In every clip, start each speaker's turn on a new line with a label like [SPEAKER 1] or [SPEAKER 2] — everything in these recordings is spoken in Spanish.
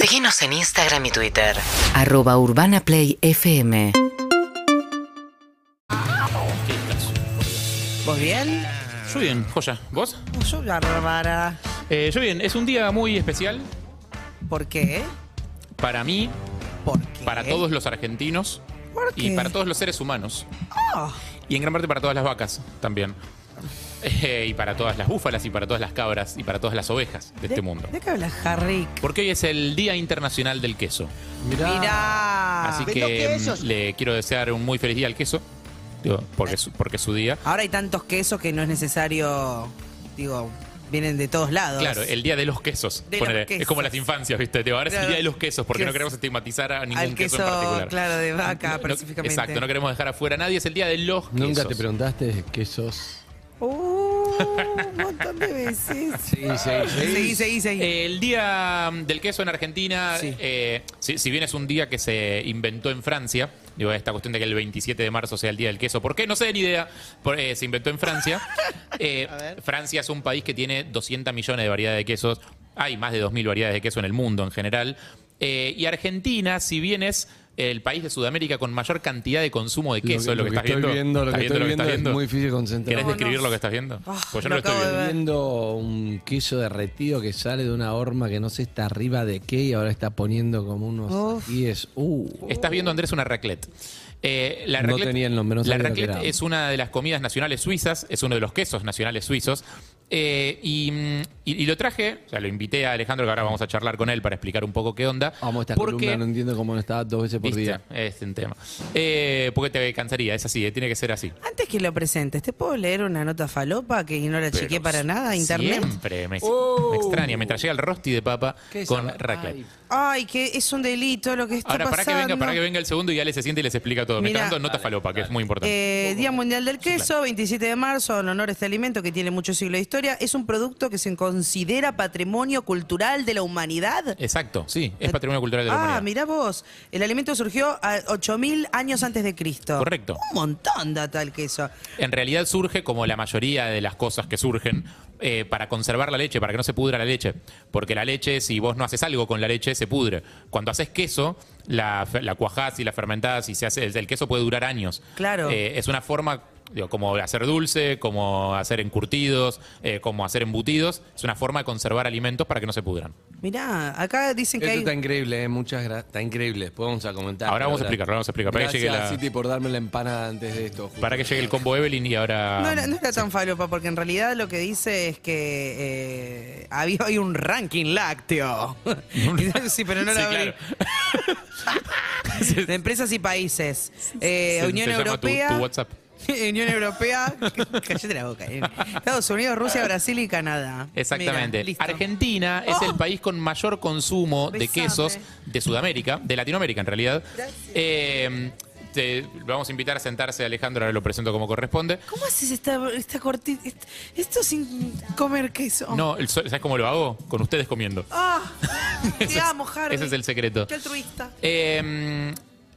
[SPEAKER 1] Seguinos en Instagram y Twitter.
[SPEAKER 2] Arroba Urbana Play FM.
[SPEAKER 3] ¿Vos Pues bien? pues
[SPEAKER 4] Yo bien, joya. ¿Vos?
[SPEAKER 3] Yo bárbara.
[SPEAKER 4] Eh, yo bien. Es un día muy especial
[SPEAKER 3] ¿Por qué?
[SPEAKER 4] para mí,
[SPEAKER 3] ¿Por qué?
[SPEAKER 4] para todos los argentinos
[SPEAKER 3] ¿Por
[SPEAKER 4] y
[SPEAKER 3] qué?
[SPEAKER 4] para todos los seres humanos.
[SPEAKER 3] Oh,
[SPEAKER 4] Y en gran parte para todas las vacas también. Eh, y para todas las búfalas y para todas las cabras y para todas las ovejas de, este mundo.
[SPEAKER 3] ¿De qué hablas, Harry?
[SPEAKER 4] Porque hoy es el Día Internacional del Queso.
[SPEAKER 3] Mirá.
[SPEAKER 4] Así
[SPEAKER 5] ¿ves
[SPEAKER 4] que
[SPEAKER 5] los quesos?
[SPEAKER 4] mm, le quiero desear un muy feliz día al queso. Digo, porque es, porque es su día.
[SPEAKER 3] Ahora hay tantos quesos que no es necesario. Digo, vienen de todos lados.
[SPEAKER 4] Claro, el día de los quesos.
[SPEAKER 3] De los
[SPEAKER 4] ponele.
[SPEAKER 3] quesos.
[SPEAKER 4] Es como las infancias, ¿viste? Te ahora es el
[SPEAKER 3] Claro.
[SPEAKER 4] día de los quesos porque no
[SPEAKER 3] Queso.
[SPEAKER 4] queremos estigmatizar a ningún
[SPEAKER 3] Al queso,
[SPEAKER 4] queso, en particular.
[SPEAKER 3] claro, de vaca,
[SPEAKER 4] No- no-
[SPEAKER 3] específicamente.
[SPEAKER 4] Exacto, no queremos dejar afuera a nadie. Es el día de los
[SPEAKER 5] Nunca
[SPEAKER 4] quesos.
[SPEAKER 5] te preguntaste qué sos.
[SPEAKER 3] Uh, un montón de veces.
[SPEAKER 5] Sí, sí,
[SPEAKER 3] Seguí, seguí, seguí.
[SPEAKER 4] El día mm, del queso en Argentina,
[SPEAKER 3] Sí.
[SPEAKER 4] eh, si, si bien es un día que se inventó en Francia, digo, esta cuestión de que el 27 de marzo sea el día del queso, ¿por qué? No sé ni idea, por- eh, se inventó en Francia. Eh, Francia es un país que tiene 200 millones de variedades de quesos, hay más de 2.000 variedades de queso en el mundo en general, Eh, y Argentina, si bien es el país de Sudamérica con mayor cantidad de consumo de queso, lo que, estás
[SPEAKER 5] estoy
[SPEAKER 4] viendo,
[SPEAKER 5] viendo, lo
[SPEAKER 4] ¿Estás
[SPEAKER 5] que estoy
[SPEAKER 4] viendo
[SPEAKER 5] viendo
[SPEAKER 4] estás
[SPEAKER 5] es muy difícil
[SPEAKER 4] ¿Querés
[SPEAKER 5] concentrarme.
[SPEAKER 3] No,
[SPEAKER 4] describir
[SPEAKER 3] no.
[SPEAKER 4] lo que estás viendo?
[SPEAKER 3] Ah,
[SPEAKER 4] Pues yo no
[SPEAKER 3] lo
[SPEAKER 4] lo estoy
[SPEAKER 3] acabo
[SPEAKER 4] viendo.
[SPEAKER 3] de ver.
[SPEAKER 5] Estoy viendo un queso derretido que sale de una horma que no sé está arriba de qué y ahora está poniendo como unos
[SPEAKER 3] Uf.
[SPEAKER 5] y es uh,
[SPEAKER 4] Estás viendo, Andrés, una raclette. Eh, la
[SPEAKER 5] No
[SPEAKER 4] raclette,
[SPEAKER 5] tenía el nombre, no
[SPEAKER 4] La
[SPEAKER 5] sabía lo que
[SPEAKER 4] raclette
[SPEAKER 5] era.
[SPEAKER 4] es una de las comidas nacionales suizas, es uno de los quesos nacionales suizos. Eh, y, mm, y- y lo traje, o sea, lo invité a Alejandro, que ahora vamos a charlar con él para explicar un poco qué onda.
[SPEAKER 5] Amo esta
[SPEAKER 4] porque,
[SPEAKER 5] columna, no entiendo cómo no estaba dos veces por
[SPEAKER 4] Viste,
[SPEAKER 5] día.
[SPEAKER 4] es un tema. Eh, porque te cansaría, es así, eh, tiene que ser así.
[SPEAKER 3] Antes que lo presentes, ¿te puedo leer una nota falopa que no la chequeé
[SPEAKER 4] Pero
[SPEAKER 3] para nada? Internet. Oh.
[SPEAKER 4] Siempre me, me extraña, mientras llega el rosti de papa
[SPEAKER 5] ¿Qué es
[SPEAKER 4] con
[SPEAKER 5] eso?
[SPEAKER 4] raclette.
[SPEAKER 5] Ay.
[SPEAKER 3] Ay, que es un delito lo que está
[SPEAKER 4] Ahora, para
[SPEAKER 3] pasando.
[SPEAKER 4] que, venga, para que venga el segundo y ya le se siente y les explica todo.
[SPEAKER 3] Mirá.
[SPEAKER 4] Mientras tanto, nota falopa, que es muy importante.
[SPEAKER 3] Eh, Día Mundial del Queso, 27 de marzo, en honor a este alimento que tiene muchos siglos de historia. Es un producto que se considera patrimonio cultural de la humanidad.
[SPEAKER 4] Exacto, sí, es patrimonio cultural de la
[SPEAKER 3] Ah,
[SPEAKER 4] humanidad.
[SPEAKER 3] mirá vos, el alimento surgió a 8.000 años antes de Cristo.
[SPEAKER 4] Correcto.
[SPEAKER 3] Un montón data el queso.
[SPEAKER 4] En realidad surge como la mayoría de las cosas que surgen eh, para conservar la leche, para que no se pudra la leche. Porque la leche, si vos no haces algo con la leche, se pudre. Cuando haces queso, la, fe- la cuajás y la fermentás y se hace. El, el queso puede durar años.
[SPEAKER 3] Claro.
[SPEAKER 4] Eh, es una forma. digo, como hacer dulce, como hacer encurtidos, eh, como hacer embutidos. Es una forma de conservar alimentos para que no se pudran.
[SPEAKER 3] Mirá, acá dicen que
[SPEAKER 5] Esto
[SPEAKER 3] hay...
[SPEAKER 5] está increíble, eh, muchas gracias. Está increíble, después vamos a comentar.
[SPEAKER 4] Ahora
[SPEAKER 5] pero
[SPEAKER 4] vamos a explicarlo, vamos a explicar, para que
[SPEAKER 5] gracias,
[SPEAKER 4] llegue la-
[SPEAKER 5] City, por darme la empanada antes de esto. justo.
[SPEAKER 4] Para que llegue el combo Evelyn y ahora.
[SPEAKER 3] No era, no era tan falopa, porque en realidad lo que dice es que eh, había hoy un ranking lácteo. sí, pero no lo
[SPEAKER 4] Sí,
[SPEAKER 3] abrí.
[SPEAKER 4] claro.
[SPEAKER 3] de empresas y países. Eh,
[SPEAKER 4] Se-
[SPEAKER 3] Unión
[SPEAKER 4] se llama tu-
[SPEAKER 3] Europea.
[SPEAKER 4] tu WhatsApp.
[SPEAKER 3] Unión Europea. Cállate la boca. eh. Estados Unidos, Rusia, Brasil y Canadá.
[SPEAKER 4] Exactamente.
[SPEAKER 3] Mira, listo. Oh.
[SPEAKER 4] Argentina es el país con mayor consumo de
[SPEAKER 3] Besame.
[SPEAKER 4] quesos de Sudamérica, de Latinoamérica en realidad.
[SPEAKER 3] Gracias.
[SPEAKER 4] Eh, te vamos a invitar a sentarse, Alejandro, ahora lo presento como corresponde.
[SPEAKER 3] ¿Cómo haces esta, esta cortita? Esto sin comer queso.
[SPEAKER 4] No, el so- ¿sabes cómo lo hago? Con ustedes comiendo.
[SPEAKER 3] Ah,
[SPEAKER 4] Ese
[SPEAKER 3] te
[SPEAKER 4] es-
[SPEAKER 3] amo, Harry.
[SPEAKER 4] Ese es el secreto.
[SPEAKER 3] Qué altruista.
[SPEAKER 4] Eh,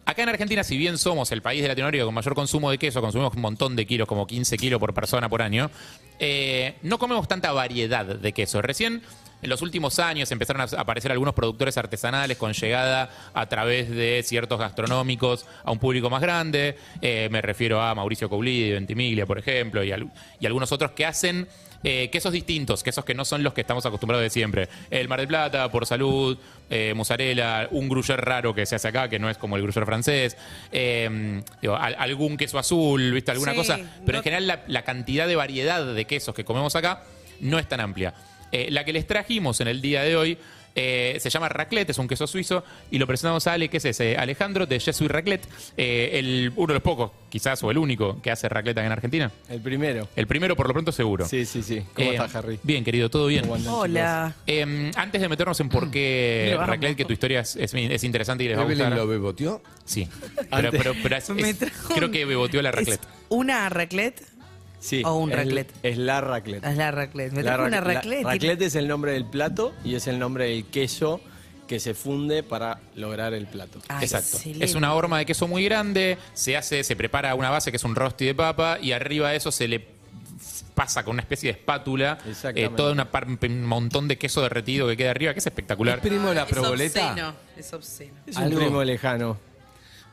[SPEAKER 4] acá en Argentina, si bien somos el país de Latinoamérica con mayor consumo de queso, consumimos un montón de kilos, como 15 kilos por persona por año, eh, no comemos tanta variedad de queso. Recién. En los últimos años empezaron a aparecer algunos productores artesanales con llegada a través de ciertos gastronómicos a un público más grande. Eh, me refiero a Mauricio Coulidi, Ventimiglia, por ejemplo, y, al- y algunos otros que hacen eh, quesos distintos, quesos que no son los que estamos acostumbrados de siempre. El Mar del Plata, por salud, eh, mozzarella, un gruyère raro que se hace acá, que no es como el gruyère francés, eh, digo, al- algún queso azul, ¿viste? Alguna
[SPEAKER 3] Sí,
[SPEAKER 4] cosa. Pero
[SPEAKER 3] no-
[SPEAKER 4] en general la, la cantidad de variedad de quesos que comemos acá no es tan amplia. Eh, la que les trajimos en el día de hoy eh, se llama raclette, es un queso suizo, y lo presentamos a Ale, que es ese, Alejandro de Jesuit Raclette, eh, el, uno de los pocos, quizás, o el único que hace raclette acá en Argentina.
[SPEAKER 5] El primero.
[SPEAKER 4] El primero, por lo pronto, seguro.
[SPEAKER 5] Sí, sí, sí. ¿Cómo
[SPEAKER 4] Eh,
[SPEAKER 5] estás, Harry?
[SPEAKER 4] Bien, querido, todo bien.
[SPEAKER 5] ¿Cómo andan,
[SPEAKER 3] Hola.
[SPEAKER 4] Eh, antes de meternos en
[SPEAKER 5] Mm.
[SPEAKER 4] por qué,
[SPEAKER 3] Lo amo.
[SPEAKER 4] Raquel, que tu historia es, es- es interesante y les va a
[SPEAKER 5] ¿Evelyn
[SPEAKER 4] gustar.
[SPEAKER 5] lo beboteó?
[SPEAKER 4] Sí. Pero, pero- pero es-
[SPEAKER 3] Me
[SPEAKER 4] es-
[SPEAKER 3] trajo
[SPEAKER 4] creo
[SPEAKER 3] un-
[SPEAKER 4] que beboteó la
[SPEAKER 3] es
[SPEAKER 4] raclette.
[SPEAKER 3] ¿Una raclette?
[SPEAKER 6] Sí.
[SPEAKER 3] O un
[SPEAKER 6] es-
[SPEAKER 3] raclette. Ah,
[SPEAKER 6] Es la raclette.
[SPEAKER 3] Es la raclette. Me
[SPEAKER 6] La
[SPEAKER 3] trajo
[SPEAKER 6] rac-
[SPEAKER 3] una
[SPEAKER 6] la-
[SPEAKER 3] raclette.
[SPEAKER 6] raclette es el nombre del plato y es el nombre del queso que se funde para lograr el plato.
[SPEAKER 3] Ah,
[SPEAKER 4] Exacto.
[SPEAKER 3] excelente.
[SPEAKER 4] Es una horma de queso muy grande, se hace, se prepara una base que es un rosti de papa y arriba de eso se le pasa con una especie de espátula eh,
[SPEAKER 6] Exactamente.
[SPEAKER 4] todo una par- un montón de queso derretido que queda arriba, que es espectacular.
[SPEAKER 5] ¿Es primo de la
[SPEAKER 3] Es obsceno,
[SPEAKER 5] proboleta?
[SPEAKER 3] es obsceno.
[SPEAKER 6] Es un
[SPEAKER 5] Algo-
[SPEAKER 6] primo lejano.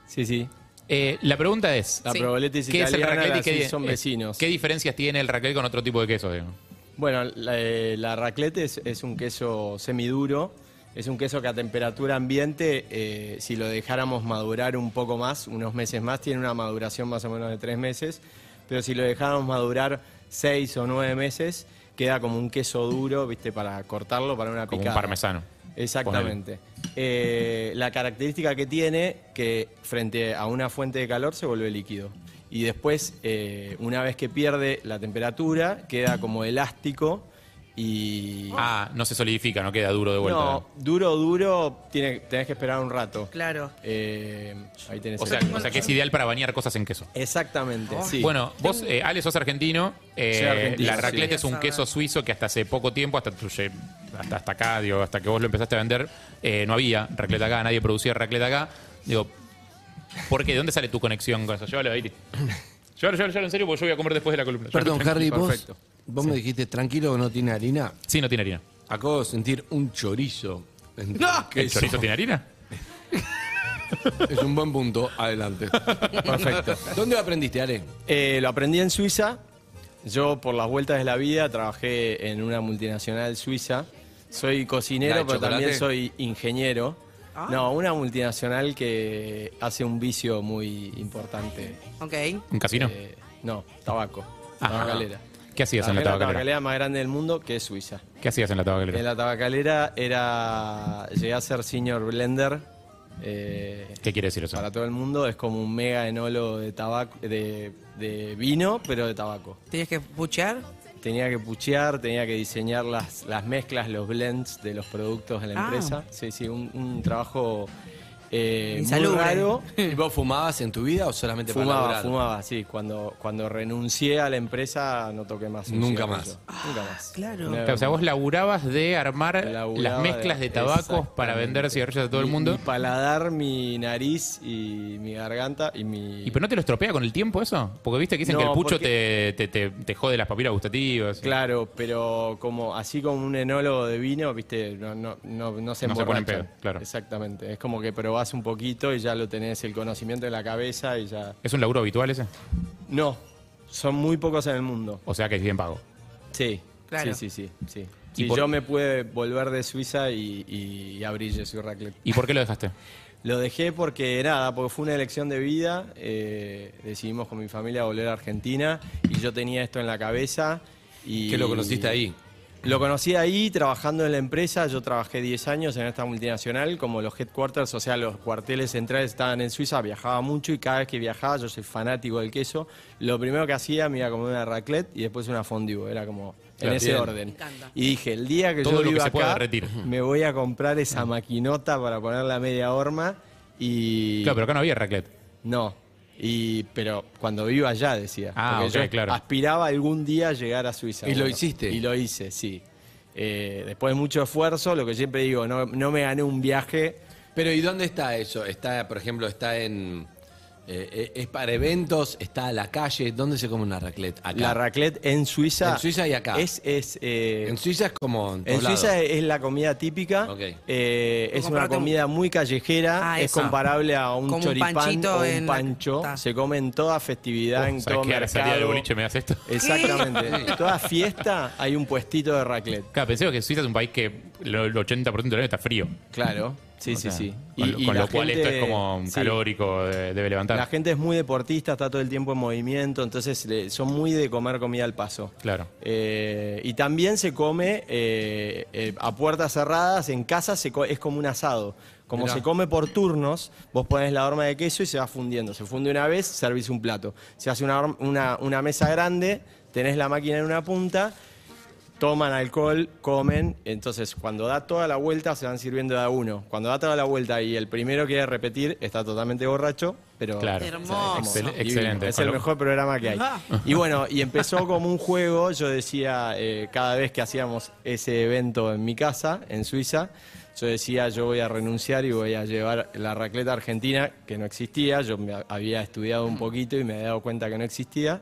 [SPEAKER 6] Sí, sí.
[SPEAKER 4] Eh, la pregunta es,
[SPEAKER 6] La
[SPEAKER 3] Sí.
[SPEAKER 6] proboleta es
[SPEAKER 4] ¿qué es el
[SPEAKER 6] italiana,
[SPEAKER 4] raclette y
[SPEAKER 6] las
[SPEAKER 4] qué,
[SPEAKER 6] sí son
[SPEAKER 4] eh,
[SPEAKER 6] vecinos.
[SPEAKER 4] qué diferencias tiene el raclette con otro tipo de queso? digamos?
[SPEAKER 6] Bueno, la, eh, la raclette es, es un queso semiduro, es un queso que a temperatura ambiente, eh, si lo dejáramos madurar un poco más, unos meses más, tiene una maduración más o menos de tres meses, pero si lo dejáramos madurar seis o nueve meses, queda como un queso duro, viste, para cortarlo para una
[SPEAKER 4] Como un
[SPEAKER 6] picada.
[SPEAKER 4] parmesano.
[SPEAKER 6] Exactamente. Eh, la característica que tiene que frente a una fuente de calor se vuelve líquido. Y después, eh, una vez que pierde la temperatura, queda como elástico y.
[SPEAKER 4] Ah, no se solidifica, no queda duro de vuelta.
[SPEAKER 6] no, duro, duro, tiene, tenés que esperar un rato.
[SPEAKER 3] Claro.
[SPEAKER 6] Eh, ahí tenés
[SPEAKER 4] O sea,
[SPEAKER 6] el-
[SPEAKER 4] o sea que es ideal para bañar cosas en queso.
[SPEAKER 6] Exactamente, sí.
[SPEAKER 4] Bueno, vos, eh, Ale, sos argentino. eh,
[SPEAKER 6] Soy argentino,
[SPEAKER 4] la raclette
[SPEAKER 3] sí.
[SPEAKER 4] es un queso suizo que hasta hace poco tiempo, hasta, tu lle- hasta, hasta acá, digo, hasta que vos lo empezaste a vender, eh, no había raclette acá, nadie producía raclette acá. Digo, ¿por qué? ¿De dónde sale tu conexión con eso? Llévalo, David. Llévalo, llévalo, llévalo, en serio, porque yo voy a comer después de la columna.
[SPEAKER 5] Perdón,
[SPEAKER 4] Llévalo,
[SPEAKER 5] Harry, vos,
[SPEAKER 6] perfecto.
[SPEAKER 5] vos me dijiste tranquilo que no tiene harina.
[SPEAKER 4] Sí, no tiene harina.
[SPEAKER 5] Acabo de sentir un chorizo.
[SPEAKER 4] ¡No! ¿El
[SPEAKER 5] Eso.
[SPEAKER 4] chorizo tiene harina?
[SPEAKER 5] Es un buen punto. Adelante. Perfecto. ¿Dónde lo aprendiste, Ale?
[SPEAKER 6] Eh, lo aprendí en Suiza. Yo, por las vueltas de la vida, trabajé en una multinacional suiza. Soy
[SPEAKER 5] ¿La de
[SPEAKER 6] cocinero, pero
[SPEAKER 5] chocolate?
[SPEAKER 6] también soy ingeniero. No, una multinacional que hace un vicio muy importante.
[SPEAKER 3] Ok.
[SPEAKER 4] ¿Un casino?
[SPEAKER 6] Eh, no, tabaco.
[SPEAKER 4] Ah.
[SPEAKER 6] Tabacalera.
[SPEAKER 4] ¿Qué hacías en la
[SPEAKER 6] Trabajé
[SPEAKER 4] tabacalera?
[SPEAKER 6] más grande del mundo, que es Suiza.
[SPEAKER 4] ¿Qué hacías en la tabacalera?
[SPEAKER 6] En la tabacalera era. Llegué a ser senior blender. eh,
[SPEAKER 4] ¿Qué quiere decir eso?
[SPEAKER 6] para todo el mundo es como un mega enólogo de tabaco, de, de vino, pero de tabaco.
[SPEAKER 3] ¿Tenías que puchear?
[SPEAKER 6] Tenía que puchear, tenía que diseñar las, las mezclas, los blends de los productos de la
[SPEAKER 3] Ah.
[SPEAKER 6] empresa. Sí, sí, un, un trabajo eh, muy
[SPEAKER 3] Insalubre.
[SPEAKER 6] raro.
[SPEAKER 5] ¿Y vos fumabas en tu vida o solamente para
[SPEAKER 6] Fumaba,
[SPEAKER 5] laburar?
[SPEAKER 6] fumaba, sí. Cuando, cuando renuncié a la empresa no toqué más. un
[SPEAKER 5] Nunca
[SPEAKER 6] cigarrillo.
[SPEAKER 5] más.
[SPEAKER 6] Nunca más.
[SPEAKER 3] claro.
[SPEAKER 6] Never
[SPEAKER 4] Ah, Claro, O sea, vos laburabas de armar las
[SPEAKER 6] Laburaba
[SPEAKER 4] mezclas de tabacos para vender
[SPEAKER 6] exactamente.
[SPEAKER 4] cigarrillos a todo el
[SPEAKER 6] Mi-
[SPEAKER 4] mundo.
[SPEAKER 6] Mi paladar, mi nariz y mi garganta y mi.
[SPEAKER 4] ¿Y pero no te lo estropea con el tiempo eso? Porque viste que dicen
[SPEAKER 6] No,
[SPEAKER 4] que el pucho
[SPEAKER 6] porque-
[SPEAKER 4] te, te- te- te jode las papilas gustativas.
[SPEAKER 6] Claro, pero como así como un enólogo de vino, viste, no, no, no, no se
[SPEAKER 4] No se pone en
[SPEAKER 6] emborrachan.
[SPEAKER 4] pedo, claro.
[SPEAKER 6] Exactamente. Es como que probás un poquito y ya lo tenés el conocimiento en la cabeza y ya.
[SPEAKER 4] ¿Es un laburo habitual ese?
[SPEAKER 6] No, son muy pocos en el mundo.
[SPEAKER 4] O sea que es bien pago.
[SPEAKER 6] Sí.
[SPEAKER 3] Claro.
[SPEAKER 6] Sí, sí, sí. sí.
[SPEAKER 4] ¿Y
[SPEAKER 6] Sí,
[SPEAKER 4] por-
[SPEAKER 6] yo me pude volver de Suiza y, y abrir Jesús Raclette.
[SPEAKER 4] ¿Y por qué lo dejaste?
[SPEAKER 6] Lo dejé porque nada, porque fue una elección de vida. eh, decidimos con mi familia volver a Argentina y yo tenía esto en la cabeza. Y
[SPEAKER 5] ¿Qué lo conociste ahí?
[SPEAKER 6] Lo conocí ahí trabajando en la empresa. Yo trabajé 10 años en esta multinacional, como los headquarters, o sea, los cuarteles centrales estaban en Suiza. Viajaba mucho y cada vez que viajaba, yo soy fanático del queso. Lo primero que hacía, me iba a comer una raclette y después una fondue. Era como en
[SPEAKER 5] Claro,
[SPEAKER 6] ese
[SPEAKER 5] bien.
[SPEAKER 6] orden.
[SPEAKER 3] encanta.
[SPEAKER 6] Y dije, el día que
[SPEAKER 4] Todo
[SPEAKER 6] yo
[SPEAKER 4] lo que
[SPEAKER 6] viva
[SPEAKER 4] se pueda
[SPEAKER 6] acá,
[SPEAKER 4] derretir.
[SPEAKER 6] me voy a comprar esa maquinota para ponerla a media horma y.
[SPEAKER 4] Claro, pero acá no había raclette.
[SPEAKER 6] No. Y, pero cuando vivo allá, decía.
[SPEAKER 4] Ah,
[SPEAKER 6] Porque
[SPEAKER 4] ok,
[SPEAKER 6] yo
[SPEAKER 4] claro.
[SPEAKER 6] aspiraba algún día llegar a Suiza.
[SPEAKER 5] ¿Y lo hiciste?
[SPEAKER 6] Y lo hice, sí. Eh, después de mucho esfuerzo, lo que siempre digo, no, no me gané un viaje.
[SPEAKER 5] Pero ¿y dónde está eso? Está, por ejemplo, está en... eh, eh, ¿Es para eventos? ¿Está a la calle? ¿Dónde se come una raclette? Acá.
[SPEAKER 6] La raclette en Suiza.
[SPEAKER 5] En Suiza y acá.
[SPEAKER 6] Es, es, eh,
[SPEAKER 5] en Suiza es como... En,
[SPEAKER 6] En
[SPEAKER 5] todos
[SPEAKER 6] Suiza
[SPEAKER 5] lados.
[SPEAKER 6] es la comida típica.
[SPEAKER 5] Ok.
[SPEAKER 6] eh,
[SPEAKER 3] Vos
[SPEAKER 6] es una
[SPEAKER 3] comprate un-
[SPEAKER 6] comida muy callejera.
[SPEAKER 3] Ah,
[SPEAKER 6] es
[SPEAKER 3] eso.
[SPEAKER 6] comparable a un
[SPEAKER 3] Como un
[SPEAKER 6] choripán
[SPEAKER 3] panchito
[SPEAKER 6] o un
[SPEAKER 3] en la-
[SPEAKER 6] pancho.
[SPEAKER 3] Ta.
[SPEAKER 6] Se come en toda festividad, en
[SPEAKER 4] ¿Sabes
[SPEAKER 6] todo
[SPEAKER 4] que a la salida del
[SPEAKER 6] mercado.
[SPEAKER 4] boliche me das esto?
[SPEAKER 6] Exactamente. toda fiesta hay un puestito de raclette.
[SPEAKER 4] Claro, pensé que Suiza es un país que lo- el 80% del año está frío.
[SPEAKER 6] Claro. Sí,
[SPEAKER 4] O
[SPEAKER 6] sí,
[SPEAKER 4] sea,
[SPEAKER 6] sí.
[SPEAKER 4] Con, lo- con
[SPEAKER 6] la
[SPEAKER 4] lo cual esto
[SPEAKER 6] gente-
[SPEAKER 4] es como un
[SPEAKER 6] sí.
[SPEAKER 4] calórico, de- debe levantar.
[SPEAKER 6] La gente es muy deportista, está todo el tiempo en movimiento, entonces le- son muy de comer comida al paso.
[SPEAKER 4] Claro.
[SPEAKER 6] Eh, y también se come eh, eh, a puertas cerradas, en casa se co- es como un asado. Como
[SPEAKER 5] Mirá.
[SPEAKER 6] se come por turnos, vos pones la horma de queso y se va fundiendo. Se funde una vez, servís un plato. Se hace una, horm- una- una mesa grande, tenés la máquina en una punta, toman alcohol, comen. Entonces, cuando da toda la vuelta, se van sirviendo de a uno. Cuando da toda la vuelta y el primero quiere repetir, está totalmente borracho, pero
[SPEAKER 4] Claro.
[SPEAKER 3] Hermoso.
[SPEAKER 4] Excel-
[SPEAKER 6] Divino.
[SPEAKER 4] excelente.
[SPEAKER 6] Es
[SPEAKER 4] Con
[SPEAKER 6] el
[SPEAKER 4] lo-
[SPEAKER 6] mejor programa que hay. Y bueno, y empezó como un juego. Yo decía, eh, cada vez que hacíamos ese evento en mi casa, en Suiza, yo decía, yo voy a renunciar y voy a llevar la racleta argentina, que no existía. Yo me ha- había estudiado un poquito y me había dado cuenta que no existía.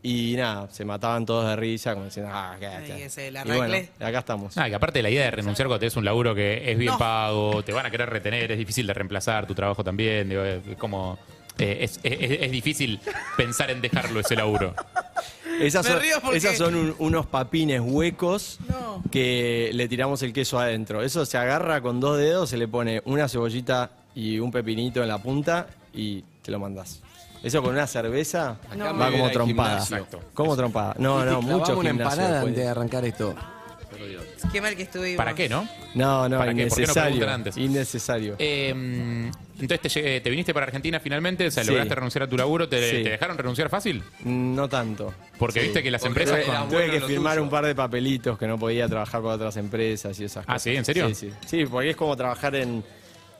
[SPEAKER 6] Y, Y nada, se mataban todos de risa, como diciendo, ah, qué
[SPEAKER 3] Ay,
[SPEAKER 6] qué".
[SPEAKER 3] ese, el
[SPEAKER 6] Y
[SPEAKER 3] arregle.
[SPEAKER 6] bueno, acá estamos.
[SPEAKER 4] Ah, que aparte la idea de renunciar cuando tenés un laburo que es bien
[SPEAKER 3] No.
[SPEAKER 4] pago, te van a querer retener, es difícil de reemplazar tu trabajo también, digo, es como... eh, es, es- es- es difícil pensar en dejarlo ese laburo.
[SPEAKER 6] Esas
[SPEAKER 3] Me
[SPEAKER 6] son,
[SPEAKER 3] río porque-
[SPEAKER 6] esas son un- unos papines huecos
[SPEAKER 3] No.
[SPEAKER 6] que le tiramos el queso adentro. Eso se agarra con dos dedos, se le pone una cebollita y un pepinito en la punta y te lo mandás. Eso con una cerveza
[SPEAKER 5] No.
[SPEAKER 6] va
[SPEAKER 5] me
[SPEAKER 6] como
[SPEAKER 5] era el
[SPEAKER 6] trompada.
[SPEAKER 5] gimnasio.
[SPEAKER 6] Exacto. Como trompada. No, no, mucho
[SPEAKER 5] una
[SPEAKER 6] gimnasio
[SPEAKER 5] empanada
[SPEAKER 6] después.
[SPEAKER 5] antes de arrancar esto.
[SPEAKER 3] Qué mal que estuvimos.
[SPEAKER 4] ¿Para qué, no?
[SPEAKER 6] No, no,
[SPEAKER 4] ¿Para qué? ¿Por qué no
[SPEAKER 6] innecesario.
[SPEAKER 4] preguntan antes?
[SPEAKER 6] innecesario.
[SPEAKER 4] Eh, entonces te, llegué- te viniste para Argentina finalmente, o sea,
[SPEAKER 6] Sí.
[SPEAKER 4] lograste renunciar a tu laburo, ¿te,
[SPEAKER 6] Sí.
[SPEAKER 4] te dejaron renunciar fácil?
[SPEAKER 6] no tanto.
[SPEAKER 4] Porque viste que las
[SPEAKER 5] Porque
[SPEAKER 4] empresas...
[SPEAKER 5] era
[SPEAKER 4] con-
[SPEAKER 5] bueno.
[SPEAKER 6] Tuve que
[SPEAKER 5] lo
[SPEAKER 6] firmar
[SPEAKER 5] tuyo.
[SPEAKER 6] un par de papelitos que no podía trabajar con otras empresas y esas
[SPEAKER 4] Ah,
[SPEAKER 6] cosas.
[SPEAKER 4] ¿sí? ¿En serio?
[SPEAKER 6] Sí, sí. Sí, porque es como trabajar en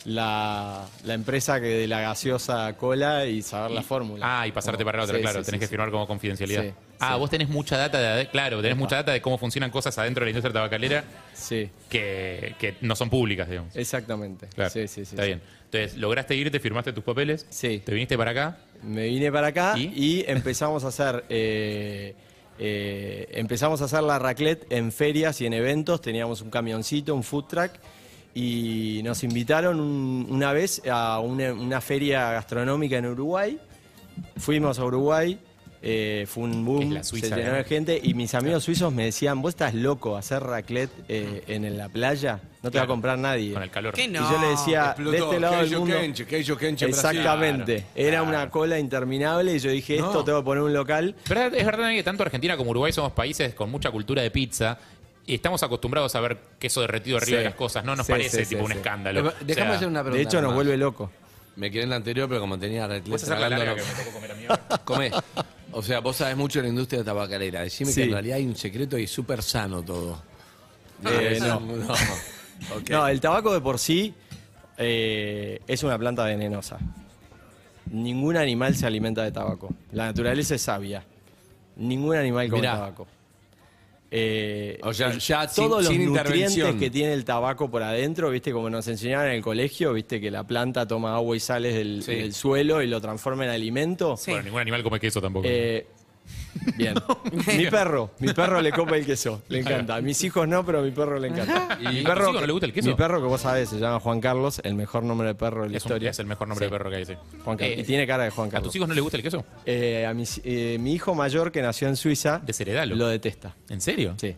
[SPEAKER 6] la, la empresa que de la gaseosa cola y saber la fórmula.
[SPEAKER 4] Ah, y pasarte
[SPEAKER 6] Como-
[SPEAKER 4] para la otra,
[SPEAKER 6] sí,
[SPEAKER 4] claro.
[SPEAKER 6] sí,
[SPEAKER 4] tenés
[SPEAKER 6] sí,
[SPEAKER 4] que
[SPEAKER 6] sí.
[SPEAKER 4] firmar como confidencialidad.
[SPEAKER 6] Sí,
[SPEAKER 4] ah,
[SPEAKER 6] sí.
[SPEAKER 4] vos tenés mucha data, de, claro, tenés mucha data de cómo funcionan cosas adentro de la industria tabacalera
[SPEAKER 6] Sí,
[SPEAKER 4] que, que no son públicas, digamos.
[SPEAKER 6] exactamente.
[SPEAKER 4] Claro,
[SPEAKER 6] Sí, sí, sí.
[SPEAKER 4] Está
[SPEAKER 6] sí.
[SPEAKER 4] bien. Entonces, lograste irte, firmaste tus papeles,
[SPEAKER 6] Sí.
[SPEAKER 4] te viniste para acá.
[SPEAKER 6] Me vine para acá
[SPEAKER 4] ¿Y?
[SPEAKER 6] y, empezamos a hacer. eh, eh, empezamos a hacer la raclette en ferias y en eventos. Teníamos un camioncito, un food truck. Y nos invitaron un- una vez a una, una feria gastronómica en Uruguay. Fuimos a Uruguay. eh, fue un
[SPEAKER 4] Es
[SPEAKER 6] boom,
[SPEAKER 4] la Suiza, ¿eh?
[SPEAKER 6] se llenó de
[SPEAKER 4] ¿no?
[SPEAKER 6] gente y mis amigos suizos me decían, vos estás loco, hacer raclette eh, en la playa, no te va a
[SPEAKER 4] Claro.
[SPEAKER 6] comprar nadie.
[SPEAKER 4] Con el calor.
[SPEAKER 3] ¿Qué no?
[SPEAKER 6] Y yo le decía,
[SPEAKER 5] explotó,
[SPEAKER 6] de este lado del
[SPEAKER 5] Keijo
[SPEAKER 6] mundo.
[SPEAKER 5] Kenchi, Keijo Kenchi en Brasil.
[SPEAKER 6] exactamente. Era una cola interminable y yo dije, esto
[SPEAKER 5] No.
[SPEAKER 6] tengo que poner un local.
[SPEAKER 4] ¿Verdad? Es verdad que tanto Argentina como Uruguay somos países con mucha cultura de pizza. Y estamos acostumbrados a ver queso derretido arriba
[SPEAKER 6] Sí.
[SPEAKER 4] de las cosas. No nos
[SPEAKER 6] Sí,
[SPEAKER 4] parece
[SPEAKER 6] sí, sí,
[SPEAKER 4] tipo un
[SPEAKER 6] sí.
[SPEAKER 4] escándalo.
[SPEAKER 5] Pero,
[SPEAKER 4] O
[SPEAKER 5] Déjame
[SPEAKER 4] sea,
[SPEAKER 5] hacer una pregunta.
[SPEAKER 6] De hecho, nos
[SPEAKER 5] nomás.
[SPEAKER 6] vuelve loco.
[SPEAKER 5] Me quedé en la anterior, pero como tenía red
[SPEAKER 4] ¿Puedes hacer la larga que me tocó comer a mí ahora?
[SPEAKER 5] Comé. O sea, vos sabés mucho de la industria tabacalera. Decime
[SPEAKER 6] Sí.
[SPEAKER 5] que en realidad hay un secreto y súper sano todo. Ah,
[SPEAKER 6] Eh, no.
[SPEAKER 5] no. Ok.
[SPEAKER 6] No, el tabaco de por sí eh, es una planta venenosa. Ningún animal se alimenta de tabaco. La naturaleza es sabia. Ningún animal come
[SPEAKER 5] Mirá.
[SPEAKER 6] tabaco. Eh,
[SPEAKER 5] O sea,
[SPEAKER 6] el-
[SPEAKER 5] ya sin-
[SPEAKER 6] todos los
[SPEAKER 5] sin
[SPEAKER 6] nutrientes
[SPEAKER 5] intervención.
[SPEAKER 6] que tiene el tabaco por adentro, viste, como nos enseñaron en el colegio, viste que la planta toma agua y sales del,
[SPEAKER 5] Sí.
[SPEAKER 6] del suelo y lo transforma en alimento.
[SPEAKER 3] Sí.
[SPEAKER 4] Bueno, ningún animal come queso tampoco.
[SPEAKER 6] Eh, bien. mi perro, mi perro le copa el queso, le encanta. A mis hijos no, pero a mi perro le encanta.
[SPEAKER 4] Ah. ¿Y a
[SPEAKER 6] mi
[SPEAKER 4] tus
[SPEAKER 6] perro,
[SPEAKER 4] hijos no le gusta el queso?
[SPEAKER 6] Mi perro que vos sabés, se llama Juan Carlos, el mejor nombre de perro de la
[SPEAKER 4] es, un-
[SPEAKER 6] historia.
[SPEAKER 4] es el mejor nombre de perro que hay. sí.
[SPEAKER 6] Juan Carlos.
[SPEAKER 4] Eh,
[SPEAKER 6] y tiene cara de Juan
[SPEAKER 4] ¿A
[SPEAKER 6] Carlos.
[SPEAKER 4] tus hijos no les gusta el queso?
[SPEAKER 6] Eh, a mis- eh, mi hijo mayor que nació en Suiza
[SPEAKER 4] Desheredalo.
[SPEAKER 6] lo detesta.
[SPEAKER 4] ¿En serio?
[SPEAKER 6] Sí.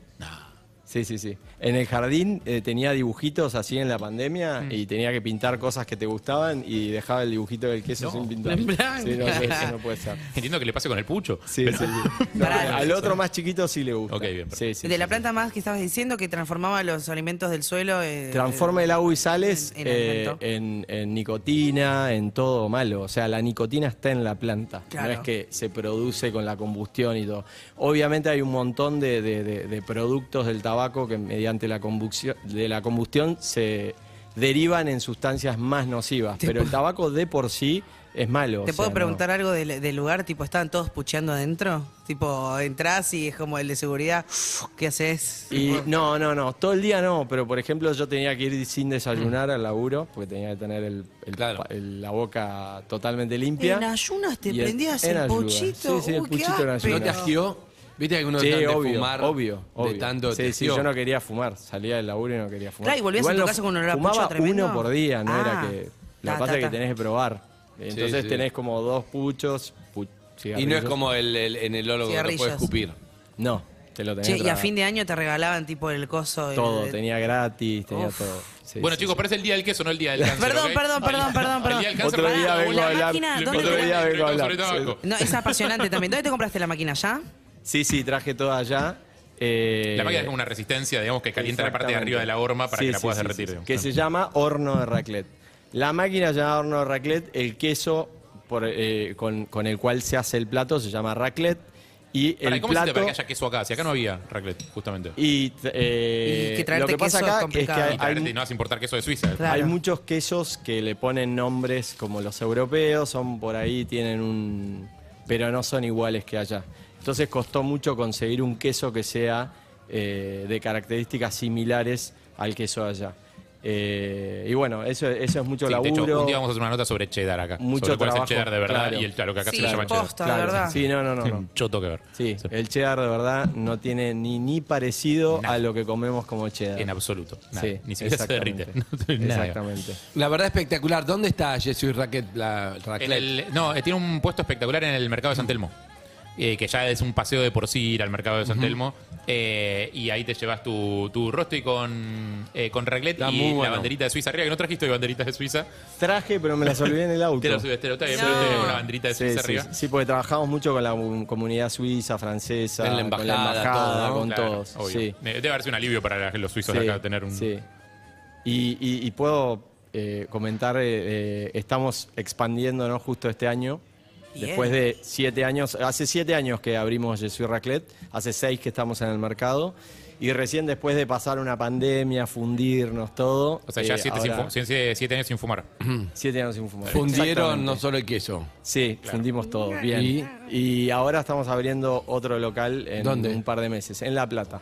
[SPEAKER 6] Sí, sí, sí. En el jardín eh, tenía dibujitos así en la pandemia
[SPEAKER 4] Mm.
[SPEAKER 6] y tenía que pintar cosas que te gustaban y dejaba el dibujito del queso
[SPEAKER 4] No,
[SPEAKER 6] sin pintar.
[SPEAKER 3] en blanco.
[SPEAKER 6] Sí, no, eso no puede ser.
[SPEAKER 4] Entiendo que le pase con el pucho.
[SPEAKER 6] Sí, sí, sí. No,
[SPEAKER 3] Pará.
[SPEAKER 6] al otro más chiquito sí le gusta.
[SPEAKER 4] Ok, bien, perfecto.
[SPEAKER 6] Sí, sí,
[SPEAKER 3] de
[SPEAKER 6] sí,
[SPEAKER 3] la
[SPEAKER 6] sí.
[SPEAKER 3] planta más que estabas diciendo que transformaba los alimentos del suelo. eh,
[SPEAKER 6] Transforma el agua y sales
[SPEAKER 3] En- en
[SPEAKER 6] eh,
[SPEAKER 3] alimento.
[SPEAKER 6] en, en nicotina, en todo malo. O sea, la nicotina está en la planta.
[SPEAKER 3] Claro.
[SPEAKER 6] No es que se produce con la combustión y todo. Obviamente hay un montón de, de- de- de productos del tabaco que mediante la combustión, de la combustión se derivan en sustancias más nocivas. Pero el tabaco de por sí es malo. o
[SPEAKER 3] ¿Te
[SPEAKER 6] sea,
[SPEAKER 3] puedo
[SPEAKER 6] no.
[SPEAKER 3] preguntar algo del, del lugar? Tipo, ¿estaban todos pucheando adentro? Tipo, entras y es como el de seguridad. ¿Qué haces?
[SPEAKER 6] Y no, no, no, todo el día no, pero por ejemplo yo tenía que ir sin desayunar al laburo, porque tenía que tener el, el-
[SPEAKER 5] Claro.
[SPEAKER 6] el- la boca totalmente limpia.
[SPEAKER 3] En ayunas te
[SPEAKER 6] Y en-
[SPEAKER 3] prendías
[SPEAKER 6] en
[SPEAKER 3] el
[SPEAKER 6] ayunas.
[SPEAKER 3] puchito.
[SPEAKER 6] Sí, sí, el
[SPEAKER 3] Uy, qué
[SPEAKER 6] puchito en
[SPEAKER 3] áspero.
[SPEAKER 5] ¿No te
[SPEAKER 6] ayunas.
[SPEAKER 5] asqueó? ¿Viste que algunos
[SPEAKER 6] Sí,
[SPEAKER 5] dejan de
[SPEAKER 6] obvio,
[SPEAKER 5] fumar?
[SPEAKER 6] obvio, obvio.
[SPEAKER 5] De tanto
[SPEAKER 6] sí,
[SPEAKER 5] te
[SPEAKER 6] sí,
[SPEAKER 5] asqueó?
[SPEAKER 6] yo no quería fumar, salía del laburo y no quería fumar.
[SPEAKER 3] Claro, y volvías
[SPEAKER 6] Igual
[SPEAKER 3] a tu
[SPEAKER 6] no
[SPEAKER 3] casa con olor a
[SPEAKER 6] fumaba
[SPEAKER 3] pucho tremendo.
[SPEAKER 6] uno por día, no
[SPEAKER 3] Ah.
[SPEAKER 6] era que... Lo
[SPEAKER 3] Ta,
[SPEAKER 6] que pasa
[SPEAKER 3] ta,
[SPEAKER 6] es
[SPEAKER 3] ta.
[SPEAKER 6] que tenés que probar. Entonces
[SPEAKER 5] sí.
[SPEAKER 6] tenés como dos puchos, pu-
[SPEAKER 5] Y no es
[SPEAKER 6] cigarrillos.
[SPEAKER 5] como el, el- en el ólogo que no
[SPEAKER 3] Cigarrillos.
[SPEAKER 5] puede escupir.
[SPEAKER 6] No, te lo tenés
[SPEAKER 3] Che,
[SPEAKER 6] que
[SPEAKER 3] y a
[SPEAKER 6] tragar.
[SPEAKER 3] fin de año te regalaban tipo el coso. el-
[SPEAKER 6] Todo,
[SPEAKER 3] el-
[SPEAKER 6] tenía gratis, tenía
[SPEAKER 3] Uf.
[SPEAKER 6] todo. Sí,
[SPEAKER 4] bueno,
[SPEAKER 6] sí,
[SPEAKER 4] chicos, parece el día del queso, no el día del cáncer.
[SPEAKER 3] Perdón,
[SPEAKER 4] ¿ok?
[SPEAKER 3] perdón, perdón, perdón,
[SPEAKER 4] El
[SPEAKER 3] perdón.
[SPEAKER 4] día del cáncer.
[SPEAKER 6] Otro día
[SPEAKER 4] Ah,
[SPEAKER 6] vengo
[SPEAKER 3] la
[SPEAKER 6] a hablar.
[SPEAKER 3] máquina,
[SPEAKER 4] le
[SPEAKER 3] ¿dónde
[SPEAKER 4] pongo
[SPEAKER 6] Otro
[SPEAKER 4] el-
[SPEAKER 3] te-
[SPEAKER 6] día
[SPEAKER 4] le
[SPEAKER 6] vengo a
[SPEAKER 4] pongo
[SPEAKER 6] hablar.
[SPEAKER 4] sobre tabaco.
[SPEAKER 3] No, es apasionante también. ¿Dónde te compraste la máquina ya?
[SPEAKER 6] Sí, sí, traje todo allá. eh,
[SPEAKER 4] La máquina es como una resistencia, digamos, que calienta la parte de arriba de la horma para
[SPEAKER 6] Sí,
[SPEAKER 4] que la
[SPEAKER 6] sí,
[SPEAKER 4] puedas
[SPEAKER 6] sí,
[SPEAKER 4] derretir.
[SPEAKER 6] sí, sí.
[SPEAKER 4] digamos.
[SPEAKER 6] Que se llama horno de raclet. La máquina se llama horno de raclet, el queso por, eh, con, con el cual se hace el plato se llama raclet. Y
[SPEAKER 4] Pará,
[SPEAKER 6] el
[SPEAKER 4] ¿Cómo hiciste
[SPEAKER 6] plato...
[SPEAKER 4] para que haya queso acá? Si acá no había raclette, justamente.
[SPEAKER 6] Y, eh,
[SPEAKER 3] Y que traerte
[SPEAKER 6] lo que pasa
[SPEAKER 3] queso es
[SPEAKER 6] acá es, que
[SPEAKER 3] complicado.
[SPEAKER 6] hay,
[SPEAKER 4] Y traerte,
[SPEAKER 6] hay-
[SPEAKER 4] no vas a importar queso de Suiza.
[SPEAKER 3] Claro.
[SPEAKER 6] hay muchos quesos que le ponen nombres como los europeos, son por ahí, tienen un... pero no son iguales que allá. Entonces costó mucho conseguir un queso que sea eh, de características similares al queso de allá. Eh, y bueno, eso, eso es
[SPEAKER 4] Sí,
[SPEAKER 6] mucho
[SPEAKER 4] de
[SPEAKER 6] laburo.
[SPEAKER 4] hecho, un día vamos a hacer una nota sobre cheddar acá.
[SPEAKER 6] Mucho
[SPEAKER 4] sobre cuál es el
[SPEAKER 6] trabajo,
[SPEAKER 4] cheddar de verdad
[SPEAKER 6] claro.
[SPEAKER 4] y el, a lo que acá
[SPEAKER 3] Sí,
[SPEAKER 4] se le llama
[SPEAKER 3] claro.
[SPEAKER 4] cheddar.
[SPEAKER 3] Posta, de verdad.
[SPEAKER 6] Sí, no, no, no. no.
[SPEAKER 4] Choto que ver.
[SPEAKER 6] Sí, el cheddar de verdad no tiene ni, ni parecido
[SPEAKER 4] Nada.
[SPEAKER 6] a lo que comemos como cheddar.
[SPEAKER 4] En absoluto. Nada.
[SPEAKER 6] Sí,
[SPEAKER 4] Ni siquiera se derrite.
[SPEAKER 6] exactamente.
[SPEAKER 4] No tiene nada.
[SPEAKER 6] exactamente.
[SPEAKER 5] La verdad espectacular. ¿Dónde está Jesús Raquet? La,
[SPEAKER 4] En
[SPEAKER 5] raclette?
[SPEAKER 4] el- no, eh, tiene un puesto espectacular en el mercado de San Telmo. eh, que ya es un paseo de por sí ir al mercado de San Telmo. eh, y ahí te llevas tu, tu rostro con, eh, con raclette
[SPEAKER 5] Está muy
[SPEAKER 4] y la
[SPEAKER 5] bueno.
[SPEAKER 4] banderita de Suiza arriba. Que no trajiste hoy banderitas de Suiza.
[SPEAKER 6] Traje, pero me las olvidé en el auto.
[SPEAKER 4] Te lo subes, te lo traigo,
[SPEAKER 3] No.
[SPEAKER 4] pero tenés una banderita de
[SPEAKER 6] Sí,
[SPEAKER 4] Suiza
[SPEAKER 6] sí,
[SPEAKER 4] arriba.
[SPEAKER 6] sí, porque trabajamos mucho con la um, comunidad suiza, francesa,
[SPEAKER 5] En la
[SPEAKER 6] con
[SPEAKER 5] embajada,
[SPEAKER 6] la embajada,
[SPEAKER 5] todo, ¿no?
[SPEAKER 6] con
[SPEAKER 4] Claro,
[SPEAKER 6] todos.
[SPEAKER 4] obvio.
[SPEAKER 6] Sí,
[SPEAKER 4] Eh, Debe haber sido un alivio para la- los suizos de
[SPEAKER 6] sí,
[SPEAKER 4] acá tener un.
[SPEAKER 6] sí. Y, y- y puedo eh, comentar, eh, eh, estamos expandiéndonos justo este año.
[SPEAKER 3] Bien.
[SPEAKER 6] Después de siete años, hace siete años que abrimos Jesús Raclette, hace seis que estamos en el mercado. Y recién después de pasar una pandemia, fundirnos todo.
[SPEAKER 4] O sea, ya
[SPEAKER 6] eh,
[SPEAKER 4] siete, sin
[SPEAKER 6] ahora
[SPEAKER 4] fu- siete- siete años sin fumar.
[SPEAKER 6] siete años sin fumar.
[SPEAKER 5] Fundieron
[SPEAKER 6] Exactamente.
[SPEAKER 5] no solo el queso.
[SPEAKER 6] Sí, fundimos todo. Bien. Y, ahora estamos abriendo otro local en
[SPEAKER 5] ¿Dónde?
[SPEAKER 6] un par de meses, en La Plata.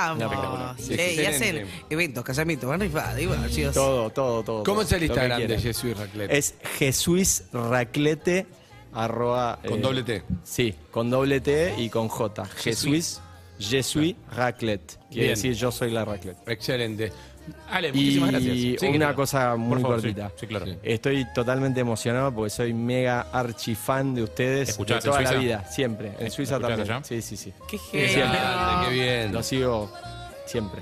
[SPEAKER 3] Vamos.
[SPEAKER 5] Sí,
[SPEAKER 3] Che, y
[SPEAKER 5] excelente.
[SPEAKER 3] hacen eventos, casamientos, van rifados, igual, chicos.
[SPEAKER 6] Todo, todo, todo.
[SPEAKER 5] ¿Cómo
[SPEAKER 6] todo,
[SPEAKER 5] es el
[SPEAKER 6] lo que
[SPEAKER 5] Instagram de
[SPEAKER 6] quieran.
[SPEAKER 5] Jesús Raclette?
[SPEAKER 6] Es Jesuis Raclete. Arroba, eh,
[SPEAKER 5] Con doble T.
[SPEAKER 6] Sí, con doble T y con J. Jesuis, Jesuis Raclette. Quiere
[SPEAKER 5] Bien.
[SPEAKER 6] decir yo soy la Raclette.
[SPEAKER 5] Excelente.
[SPEAKER 4] Ale, muchísimas
[SPEAKER 6] y
[SPEAKER 4] gracias. Sí,
[SPEAKER 6] una
[SPEAKER 4] claro.
[SPEAKER 6] cosa
[SPEAKER 4] Por
[SPEAKER 6] muy
[SPEAKER 4] favor, sí.
[SPEAKER 6] cortita.
[SPEAKER 4] Sí, claro. Eh,
[SPEAKER 5] Sí.
[SPEAKER 6] Estoy totalmente emocionado porque soy mega archifan de ustedes
[SPEAKER 4] ¿Escuchás
[SPEAKER 6] de
[SPEAKER 4] en
[SPEAKER 6] toda la
[SPEAKER 4] Suiza?
[SPEAKER 6] vida, siempre. En Suiza
[SPEAKER 4] ¿Escuchás
[SPEAKER 6] también.
[SPEAKER 4] allá?
[SPEAKER 6] Sí, sí, sí.
[SPEAKER 3] Qué
[SPEAKER 5] Qué
[SPEAKER 3] genio.
[SPEAKER 5] grande, qué bien.
[SPEAKER 6] Lo sigo siempre.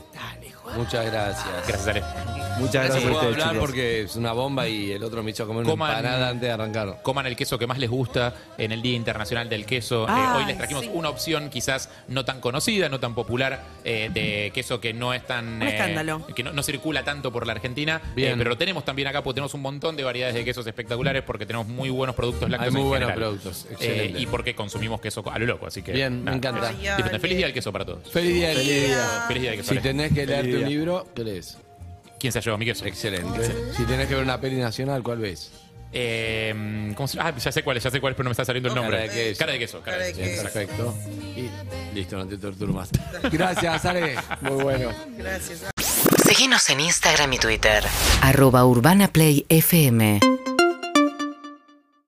[SPEAKER 5] Muchas gracias.
[SPEAKER 4] Gracias, Ale.
[SPEAKER 6] Muchas
[SPEAKER 5] No
[SPEAKER 6] gracias,
[SPEAKER 5] puedo
[SPEAKER 6] a ustedes.
[SPEAKER 5] hablar
[SPEAKER 6] chicos.
[SPEAKER 5] porque es una bomba y el otro me hizo comer una
[SPEAKER 4] Coman-
[SPEAKER 5] empanada antes de arrancar.
[SPEAKER 4] Coman el queso que más les gusta en el Día Internacional del Queso. Eh,
[SPEAKER 3] Ay,
[SPEAKER 4] hoy les trajimos
[SPEAKER 3] Ah, sí.
[SPEAKER 4] una opción quizás no tan conocida, no tan popular, eh, de queso que no es tan...
[SPEAKER 3] Un
[SPEAKER 4] eh,
[SPEAKER 3] escándalo.
[SPEAKER 4] que no, no circula tanto por la Argentina.
[SPEAKER 5] Bien.
[SPEAKER 4] Eh, pero lo tenemos también acá, porque tenemos un montón de variedades de quesos espectaculares, porque tenemos muy buenos productos lácteos
[SPEAKER 5] muy
[SPEAKER 4] en
[SPEAKER 5] buenos
[SPEAKER 4] general.
[SPEAKER 5] productos, excelente.
[SPEAKER 4] Eh, y porque consumimos queso a lo loco, así que...
[SPEAKER 5] Bien, me encanta.
[SPEAKER 4] eso. Disfruten. Feliz Día del Queso para todos.
[SPEAKER 5] Feliz día del día.
[SPEAKER 4] Feliz Día del Queso.
[SPEAKER 5] Si
[SPEAKER 4] Ale.
[SPEAKER 5] tenés que leerte
[SPEAKER 6] día.
[SPEAKER 5] un libro, ¿qué lees?
[SPEAKER 4] ¿Quién se llevó mi queso?
[SPEAKER 5] Excelente. Si tenés que ver una peli nacional, ¿cuál ves?
[SPEAKER 4] Eh, ¿cómo se- Ah, ya sé cuál es, ya sé cuál es, pero no me está saliendo el nombre.
[SPEAKER 5] Cara de queso.
[SPEAKER 4] Cara de queso. cara de
[SPEAKER 3] Cara de
[SPEAKER 4] queso,
[SPEAKER 3] queso.
[SPEAKER 4] exacto.
[SPEAKER 5] Perfecto. Y listo, no te torturo más. Gracias, Ale.
[SPEAKER 6] Muy bueno.
[SPEAKER 3] Gracias.
[SPEAKER 1] Síguenos en Instagram y Twitter.
[SPEAKER 2] arroba urbanaplayfm.